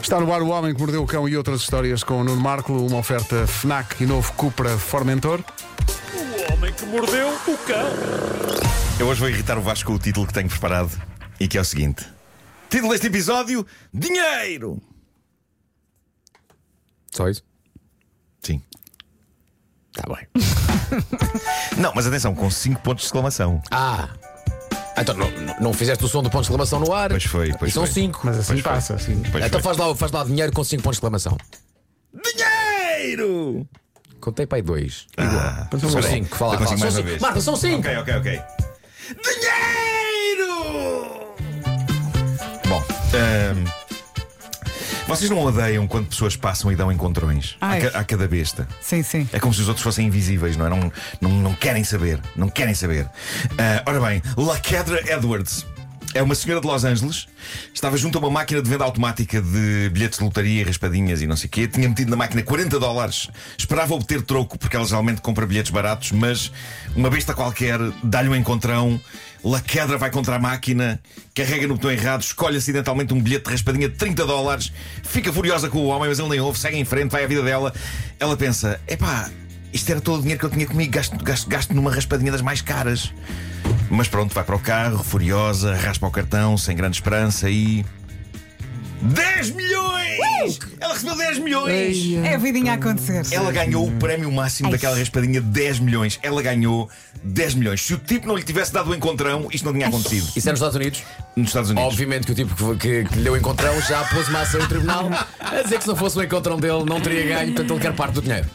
Está no ar o Homem que Mordeu o Cão e outras histórias com o Nuno Marco, uma oferta FNAC e novo Cupra Formentor. O homem que mordeu o cão. Eu hoje vou irritar o Vasco com o título que tenho preparado e que é o seguinte: Título deste episódio: Dinheiro! Só isso? Sim. Tá bem. Não, mas atenção, com 5 pontos de exclamação. Ah! Então não, não- não fizeste o som do ponto de exclamação no ar? Pois foi, pois E são foi. 5. Mas assim passa, assim. Pois Então foi. faz lá, faz lá dinheiro com 5 pontos de exclamação. Dinheiro! Contei para aí 2. Ah, Então São espera aí. 5, fala. Eu consigo mais uma fala. São um cinco. vez. Marta, são 5! Ok, ok, ok. Dinheiro! Bom, ahm, vocês não odeiam quando pessoas passam e dão encontrões Ai. a, cada besta. Sim, sim. É como se os outros fossem invisíveis, não é? Não, não, não querem saber. Não querem saber. Ah, ora bem, LaCadra Edwards. É uma senhora de Los Angeles, estava junto a uma máquina de venda automática de bilhetes de lotaria, raspadinhas e não sei o quê. Tinha metido na máquina 40 dólares, esperava obter troco, porque ela geralmente compra bilhetes baratos, mas uma besta qualquer dá-lhe um encontrão, LaCadra vai contra a máquina, carrega no botão errado, escolhe acidentalmente um bilhete de raspadinha de 30 dólares, fica furiosa com o homem, mas ele nem ouve, segue em frente, vai à vida dela. Ela pensa: epá, isto era todo o dinheiro que eu tinha comigo, gasto, gasto, gasto numa raspadinha das mais caras. Mas pronto, vai para o carro, furiosa, raspa o cartão, sem grande esperança e. 10 milhões! Ela recebeu 10 milhões! É a vidinha a acontecer. Ela ganhou o prémio máximo daquela raspadinha de 10 milhões. Ela ganhou 10 milhões. Se o tipo não lhe tivesse dado o encontrão, isto não tinha acontecido. Isso é nos Estados Unidos? Nos Estados Unidos. Obviamente que o tipo que, que, que lhe deu o encontrão já pôs uma ação no tribunal a dizer que se não fosse o encontrão dele não teria ganho, portanto ele quer parte do dinheiro.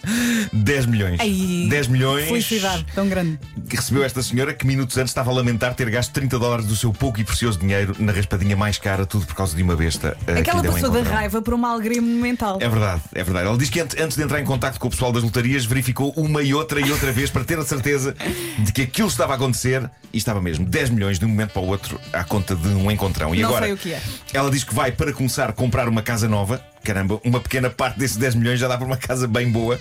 10 milhões. Ai, 10 milhões. Felicidade tão grande. que recebeu esta senhora que minutos antes estava a lamentar ter gasto 30 dólares do seu pouco e precioso dinheiro na raspadinha mais cara, tudo por causa de uma besta. eh, que Aquela lhe deu um passou da encontrão. raiva por uma alegria momental. É verdade, é verdade. Ela diz que ante- antes de entrar em contacto com o pessoal das lotarias, verificou uma e outra e outra vez para ter a certeza de que aquilo estava a acontecer e estava mesmo 10 milhões de um momento para o outro à conta de um encontrão. E Não agora sei o que é. ela diz que vai para começar a comprar uma casa nova. Caramba, uma pequena parte desses 10 milhões já dá para uma casa bem boa.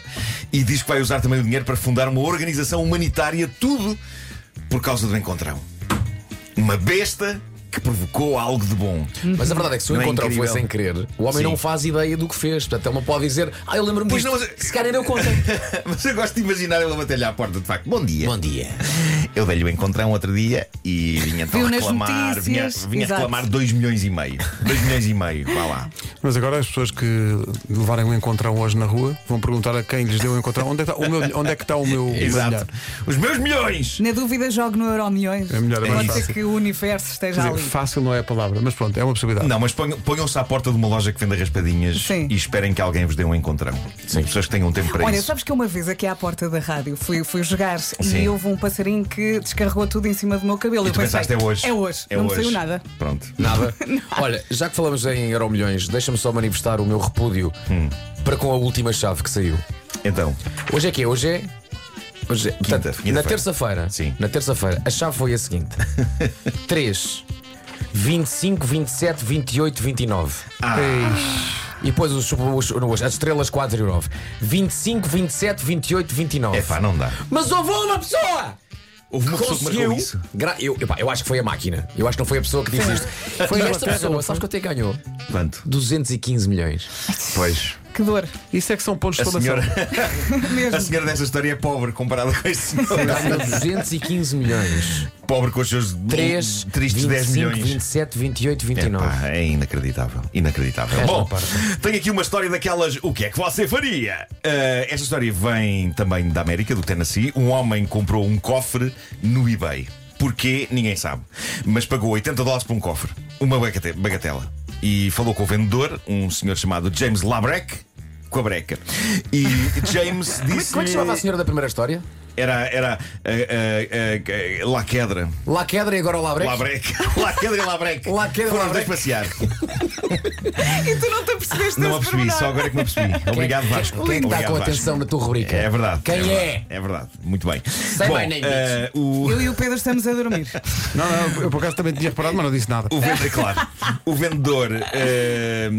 E diz que vai usar também o dinheiro para fundar uma organização humanitária, tudo por causa do encontrão. Uma besta que provocou algo de bom. Mas a verdade é que se o Não é encontrão foi incrível? sem querer, o homem Sim. não faz ideia do que fez. Portanto, ele não pode dizer, ah, eu lembro-me Pois disto. não, mas- Se calhar eu conta. Mas eu gosto de imaginar ele a bater-lhe à porta, de facto. Bom dia. Bom dia. Eu dei-lhe o encontrão outro dia e vinha então Viu nas reclamar. Vinha, notícias, vinha exato. reclamar 2 milhões e meio. 2 milhões e meio, vá lá. Mas agora as pessoas que levarem o encontrão hoje na rua vão perguntar a quem lhes deu o encontrão onde é que está o meu, onde é que está o meu o meu dinheiro? Exato. Os meus milhões! Na dúvida, jogo no Euro Milhões. É melhor, é mais Pode ser fácil. que o universo esteja Quer ali. dizer, fácil não é a palavra, mas pronto, é uma possibilidade. Não, mas ponham- ponham-se à porta de uma loja que venda raspadinhas Sim. e esperem que alguém vos dê um encontrão. São pessoas que tenham tempo para Olha, isso. sabes que uma vez aqui à porta da rádio fui, fui jogar Sim. e houve um passarinho que descarregou tudo em cima do meu cabelo. E Eu tu pensei, pensaste, é hoje. É hoje. não me saiu nada. Pronto. Nada. Olha, já que falamos em Euromilhões, deixa-me só manifestar o meu repúdio Hum. para com a última chave que saiu. Então, Hoje é que Hoje é. Hoje é portanto, quinta-feira. na terça-feira. Sim. Na terça-feira, a chave foi a seguinte: 3, 25, 27, 28, 29. Ah. E depois os, os- não, as estrelas 4 e 9. 25, 27, 28, 29. é pá, não dá. Mas houve uma pessoa! Houve uma pessoa que Conseguiu. marcou isso. Gra- eu, epá, eu acho que foi a máquina. Eu acho que não foi a pessoa que disse isto. Foi esta pessoa. Sabes quanto é que ganhou? Quanto? 215 milhões. Pois. Que dor. Isso é que são pontos de A exclamação. senhora, Mesmo. a senhora dessa história é pobre comparada com este senhor. Ganhou 215 milhões. Pobre com os seus 3, tristes 10 milhões. 27, 28, 29. Epá, é inacreditável. Inacreditável. Bom, tenho aqui uma história daquelas. O que é que você faria? Uh, esta história vem também da América, do Tennessee. Um homem comprou um cofre no eBay. Porquê? Ninguém sabe. Mas pagou 80 dólares por um cofre. Uma bagate- bagatela. E falou com o vendedor, um senhor chamado James Labrec. Com a breca. E James disse. Como é que chamava a senhora da primeira história? Era. Era. eh, Uh, uh, uh, uh, La Quedra. Lá Quedra e agora o Labrec? Labrec. La Quedra e Labrec. La Quedra e Foram La os dois Breca. passear. E tu não te apercebeste Não me desse apercebi, pormenor. só agora é que me apercebi. Obrigado, Vasco. Quem é que está Obrigado, com Vasco. atenção na tua rubrica? É verdade. Quem verdade, é? É verdade. Muito bem. Sem Bom, mais nem eh, o- Eu e o Pedro estamos a dormir. Não, não, eu por acaso também tinha reparado, mas não disse nada. O vendedor, claro. O vendedor. eh,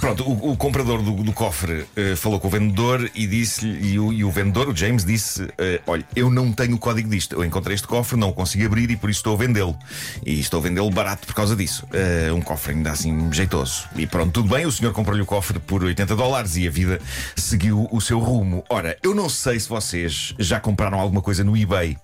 pronto, o, o comprador do, do cofre eh, falou com o vendedor e disse-lhe. E, o- e o vendedor, o James, disse: eh, olha, eu não tenho o código disto. Eu encontrei este cofre, não o consegui abrir e por isso estou a vendê-lo. E estou a vendê-lo barato por causa disso. Eh, um cofre ainda assim jeitoso. E pronto, tudo bem, o senhor comprou-lhe o cofre por 80 dólares e a vida seguiu o seu rumo. Ora, eu não sei se vocês já compraram alguma coisa no eBay.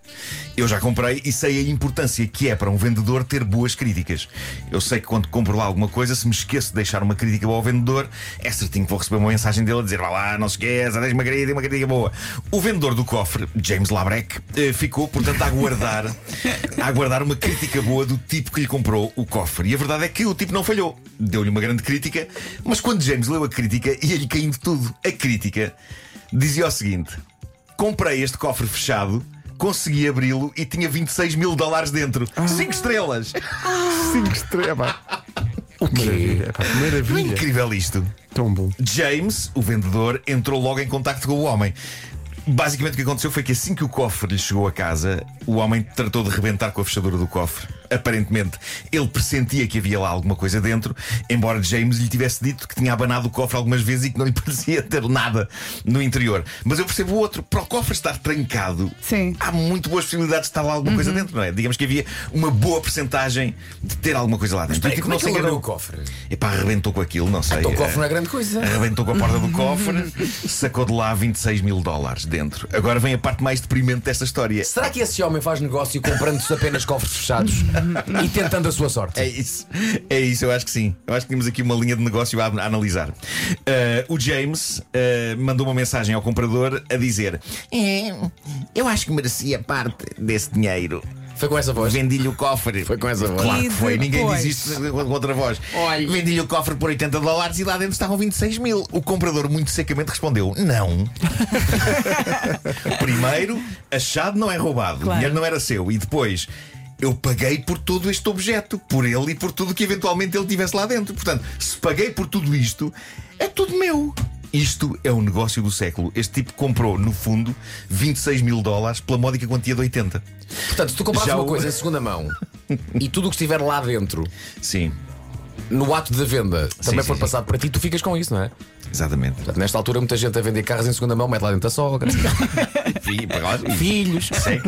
Eu já comprei e sei a importância que é para um vendedor ter boas críticas. Eu sei que quando compro lá alguma coisa, se me esqueço de deixar uma crítica boa ao vendedor, é certinho que vou receber uma mensagem dele a dizer: vá lá, não se esqueça, deixa uma crítica, uma crítica boa. O vendedor do cofre, James Labrec, eh, ficou, portanto, a aguardar, a aguardar uma crítica boa do tipo que lhe comprou o cofre. E a verdade é que o tipo não falhou. Deu-lhe uma grande crítica, mas quando James leu a crítica, ia-lhe caindo tudo. A crítica dizia o seguinte. Comprei este cofre fechado, consegui abri-lo e tinha 26 mil dólares dentro. 5 estrelas! Cinco estrelas. O quê? é Maravilha. pá, Não é maravilha. incrível isto? Tão bom. James, o vendedor, entrou logo em contacto com o homem. Basicamente o que aconteceu foi que assim que o cofre lhe chegou a casa, o homem tratou de rebentar com a fechadura do cofre. Aparentemente, ele pressentia que havia lá alguma coisa dentro, embora James lhe tivesse dito que tinha abanado o cofre algumas vezes e que não lhe parecia ter nada no interior. Mas eu percebo o outro, para o cofre estar trancado, Sim. há muito boas possibilidades de estar lá alguma coisa dentro, não é? Digamos que havia uma boa percentagem de ter alguma coisa lá dentro. Espera aí, E, tipo, como é não que se ele abriu enganou. o cofre? Epá, arrebentou com aquilo, não sei. Então o Eh, cofre não é grande coisa. Arrebentou com a porta do cofre, sacou de lá 26 mil dólares dentro. Agora vem a parte mais deprimente desta história. Será que esse homem faz negócio comprando-se apenas cofres fechados e tentando a sua sorte? É isso, é isso, eu acho que sim. Eu acho que temos aqui uma linha de negócio a, a analisar. Ah, o James ah, mandou uma mensagem ao comprador a dizer: "É, Eu acho que merecia parte desse dinheiro. Foi com essa voz. Vendi-lhe o cofre. Foi com essa voz. Claro que E Ah, foi, ninguém depois? diz isto com outra voz. Vendi-lhe o cofre por 80 dólares e lá dentro estavam 26 mil. O comprador muito secamente respondeu: Não. Primeiro, achado não é roubado, Claro. o dinheiro não era seu. E depois, eu paguei por todo este objeto, por ele e por tudo que eventualmente ele tivesse lá dentro. Portanto, se paguei por tudo isto, é tudo meu. Isto é o negócio do século. Este tipo comprou, no fundo, 26 mil dólares pela módica quantia de 80. Portanto, se tu compraste Já uma o- coisa em segunda mão e tudo o que estiver lá dentro, Sim, no ato da venda, também sim, for sim. passado para ti, tu ficas com isso, não é? exatamente. Portanto, nesta altura, muita gente a vender carros em segunda mão mete lá dentro a sogra, Sim, claro. filhos. Segue.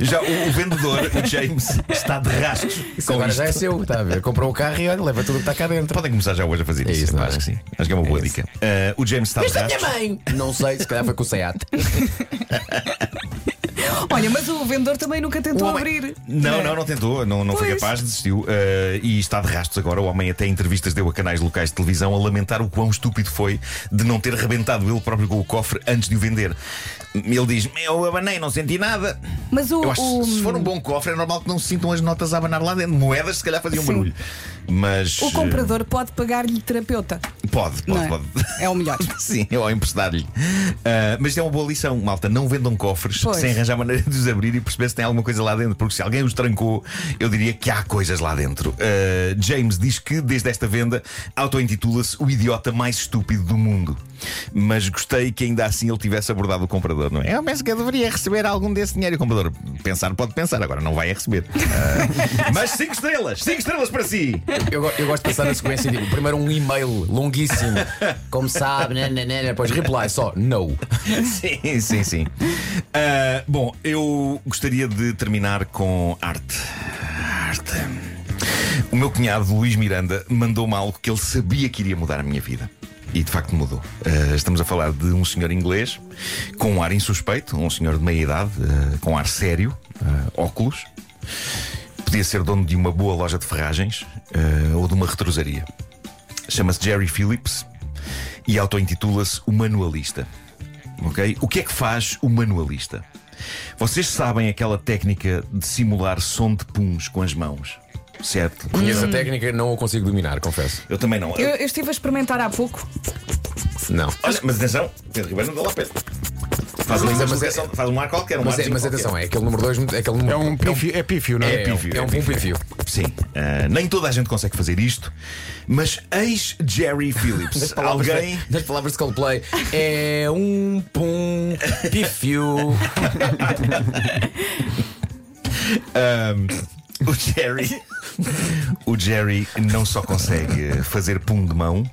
Já o, o vendedor, o James, está de rastros. Isso com agora isto. já é seu, está a ver? Comprou o carro e olha, leva tudo o que está cá dentro. Podem começar já hoje a fazer É isso. isso, não pá, é? Acho que sim. Acho que é uma boa É isso. é dica. Ah, o James está de rastros. mãe! Não sei, se calhar foi com o SEAT. Olha, mas o vendedor também nunca tentou O homem- abrir. é? Não, não, não tentou, não, não foi Pois. capaz, desistiu eh, e está de rastros agora. O homem até entrevistas deu a canais locais de televisão a lamentar o quão estúpido foi de não ter arrebentado ele próprio com o cofre antes de o vender. Ele diz: Eu abanei, não senti nada. Mas o. Eu acho o... que se for um bom cofre é normal que não se sintam as notas a abanar lá dentro. Moedas se calhar faziam Sim. barulho. Mas. o comprador pode pagar-lhe terapeuta. eh, Pode, Não pode, é? pode. é o melhor. Sim, eu ao emprestar-lhe. Ah, mas isto é uma boa lição, malta. Não vendam cofres Pois. sem arranjar maneira de os abrir e perceber se tem alguma coisa lá dentro. Porque se alguém os trancou, eu diria que há coisas lá dentro. Ah, James diz que, desde esta venda, auto-intitula-se o idiota mais estúpido do mundo. Mas gostei que ainda assim ele tivesse abordado o comprador, não é? Eu penso que eu deveria receber algum desse dinheiro. E o comprador, pensar pode pensar, agora não vai é receber. Ah, mas 5 estrelas! 5 estrelas para si! Eu, go- eu gosto de passar na sequência e digo: primeiro um e-mail longuíssimo, como sabe, né, nananana, depois reply só, no. Sim, sim, sim. Ah, bom, eu gostaria de terminar com arte. Arte. O meu cunhado Luís Miranda mandou-me algo que ele sabia que iria mudar a minha vida. E de facto mudou. Ah, estamos a falar de um senhor inglês com um ar insuspeito, um senhor de meia idade, ah, com ar sério, ah, óculos. Podia ser dono de uma boa loja de ferragens ah, ou de uma retrosaria. Chama-se Jerry Phillips e auto-intitula-se O Manualista. Ok? O que é que faz o manualista? Vocês sabem aquela técnica de simular som de puns com as mãos, certo? Conheço a técnica, não a consigo dominar, confesso. Eu também não. Eu, eu estive a experimentar há pouco. Não. Olha, mas atenção, Pedro Ribeiro não dá lá perto. Faz, uma Mas é- mas é- deslocação- faz um ar qualquer, um Mas, arzinho é, mas qualquer. atenção, é aquele número 2, é aquele É número. um pífio, é pífio, não é, é? é, um- é um bom perfil. Sim, ah, nem toda a gente consegue fazer isto, mas ex-Jerry Phillips, alguém. Das, palavras de Coldplay É um pum Pifio Ahm, o Jerry. o Jerry não só consegue fazer pum de mão,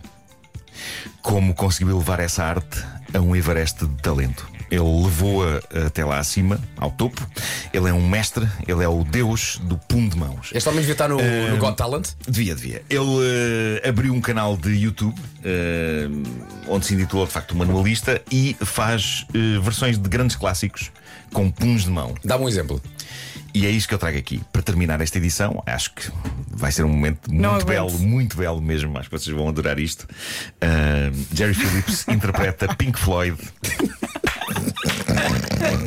como conseguiu levar essa arte a um Everest de talento. Ele levou-a até lá acima, ao topo. Ele é um mestre, ele é o deus do pum de mãos. Este homem devia estar no, no Got Talent. Devia, devia. Ele eh, abriu um canal de YouTube eh, onde se intitulou de facto Manualista e faz eh, versões de grandes clássicos com punhos de mão. Dá-me um exemplo. E é isso que eu trago aqui. Para terminar esta edição, acho que vai ser um momento Não muito aguento. belo, muito belo mesmo. Acho que vocês vão adorar isto. Ah, Jerry Phillips interpreta Pink Floyd.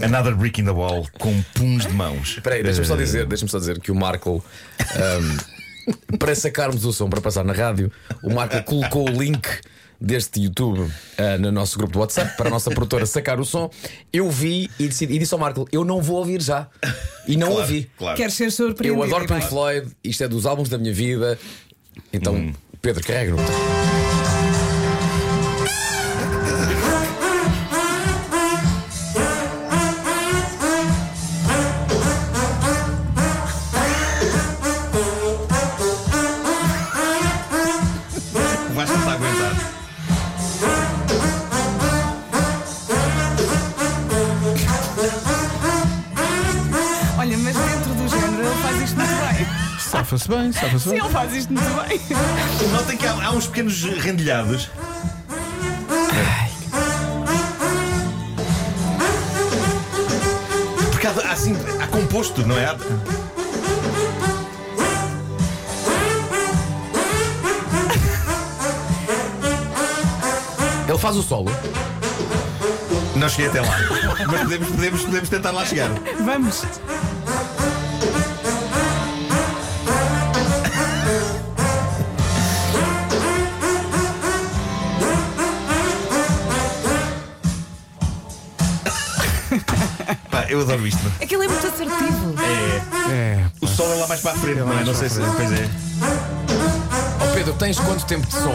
Another Brick in the Wall com punhos de mãos. Eh, Espera aí, deixa-me só dizer, deixa-me só dizer que o Marco. ahm, para sacarmos o som para passar na rádio, o Marco colocou o link deste YouTube ah, no nosso grupo do WhatsApp para a nossa produtora sacar o som. Eu vi e, decidi, e disse ao Marco: Eu não vou ouvir já. E não Claro, ouvi. claro. Queres ser surpreendido? Eu adoro Pink Vasco? Floyd, isto é dos álbuns da minha vida. Então, Pedro, carrega-me. O Vasco não está a aguentar. Olha, mas dentro do género ele faz isto muito bem. Safa-se bem, safa-se Sim, bem. ele faz isto muito bem. Notem que há, há uns pequenos rendilhados. Porque há, há assim, há composto, não é? Há- Ele faz o solo. Não cheguei até lá. Mas podemos, podemos, podemos tentar lá chegar. Vamos. Pá, eu adoro isto. Aquilo é muito assertivo. É. O sol é lá mais para a frente, não é? Não sei se. Pois é. Oh, Pedro, tens quanto tempo de som?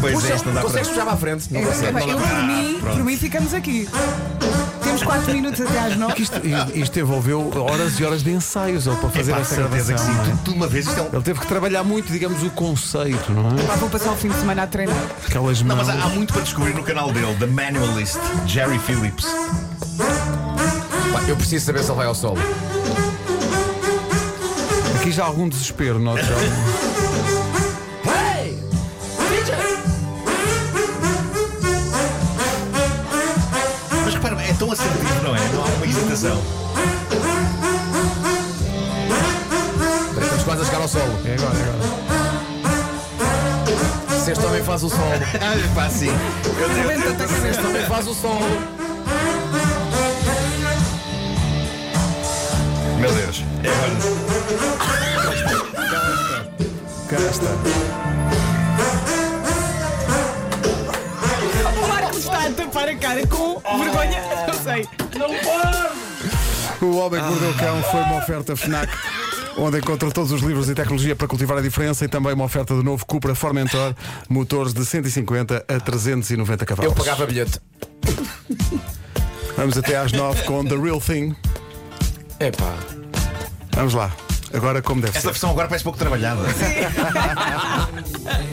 Pois é, Puxa, isto não dá para. consegues puxar para a frente? Não Eu, consegue. eu, dá por, para- mim, Pronto. por mim ficamos aqui. Temos 4 minutos até às 9. Isto, isto envolveu horas e horas de ensaios ele, para fazer É Pá, esta certeza gravação. que sim. não é? Tudo de uma vez isto é um. Ele teve que trabalhar muito, digamos, o conceito, não é? Pá, Vou passar o fim de semana a treinar. Aquelas Não, mãos. mas há, há muito para descobrir no canal dele, The Manualist, Jerry Phillips. Pá, eu preciso saber se ele vai ao solo. Aqui já há algum desespero, é, nós já. Mas repara, é tão assertivo, não é? Não há uma hesitação. Peraí, Estamos quase a chegar ao solo. É agora, é agora. Se este homem faz o solo, Ah, pá, sim. Eu, eu, eu, Levanta-te a cabeça. este homem faz o solo. Meu Deus. É agora. Cá está. O Marco está a tapar a cara com vergonha. Não sei. O Homem que Mordeu o Cão foi uma oferta FNAC. Onde encontra todos os livros e tecnologia para cultivar a diferença e também uma oferta do novo Cupra Formentor, motores de 150 a 390 cavalos. Eu pagava bilhete. Vamos até às 9 com The Real Thing. Epá. Vamos lá. Agora como deve ser. Esta versão agora parece pouco trabalhada.